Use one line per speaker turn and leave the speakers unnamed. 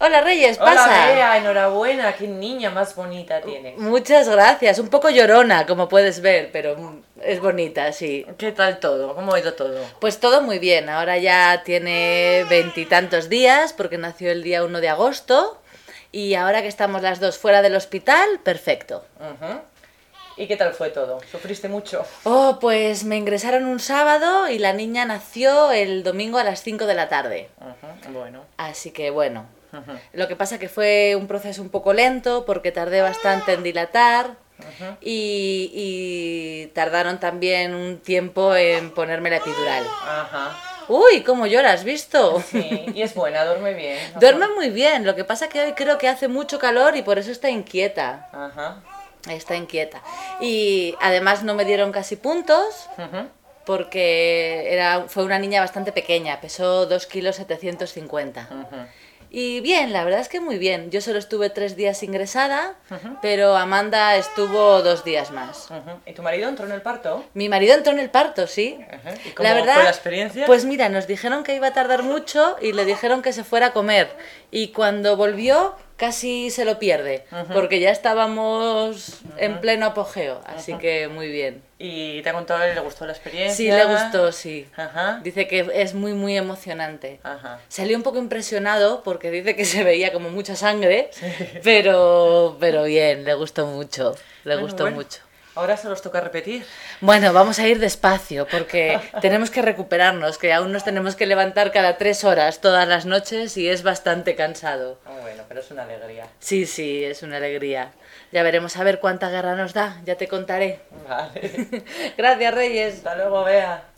Hola Reyes, pasa.
Hola, Bea, enhorabuena, qué niña más bonita tiene.
Muchas gracias. Un poco llorona, como puedes ver, pero es bonita, sí.
uh. ¿Qué tal todo? ¿Cómo ha ido todo?
Pues todo muy bien. Ahora ya tiene veintitantos días porque nació el día 1 de agosto. Y ahora que estamos las dos fuera del hospital, perfecto.
Ujú. ¿Y qué tal fue todo? ¿Sufriste mucho?
Oh, pues me ingresaron un sábado y la niña nació el domingo a las 5 de la tarde.
Ujú, Bueno.
Así que bueno.
Ujú,
Lo que pasa que fue un proceso un poco lento porque tardé bastante en dilatar
ujú.
y, y tardaron también un tiempo en ponerme la epidural.
Ajá.
Uy, cómo lloras, ¿visto?
Sí, y es buena, duerme bien. Ajá.
Duerme muy bien, lo que pasa que hoy creo que hace mucho calor y por eso está inquieta.
Ajá.
Está inquieta. Y además no me dieron casi puntos
Ujú.
porque era, fue una niña bastante pequeña, pesó 2 kilos 750.
Ujú.
Y bien, la verdad es que muy bien. Yo solo estuve tres días ingresada, pero Amanda estuvo dos días más.
Ujú. ¿Y tu marido entró en el parto?
Mi marido entró en el parto, sí.
Ajá. ¿Y cómo fue la experiencia?
Pues mira, nos dijeron que iba a tardar mucho y le dijeron que se fuera a comer. Y cuando volvió, casi se lo pierde, porque ya estábamos en pleno apogeo. Así que muy bien.
¿Y te ha contado, le gustó la experiencia?
Sí, le gustó, sí.
Ajá.
Dice que es muy, muy emocionante.
Ajá.
Salió un poco impresionado porque dice que se veía como mucha sangre, pero, pero bien, le gustó mucho, le
Bueno,
gustó
bueno.
mucho.
Ahora se los toca repetir.
Bueno, vamos a ir despacio porque tenemos que recuperarnos, que aún nos tenemos que levantar cada tres horas todas las noches y es bastante cansado.
Ah, bueno, pero es una alegría.
Sí, sí, es una alegría. Ya veremos a ver cuánta guerra nos da, ya te contaré.
Vale.
Gracias, Reyes.
Hasta luego, Bea.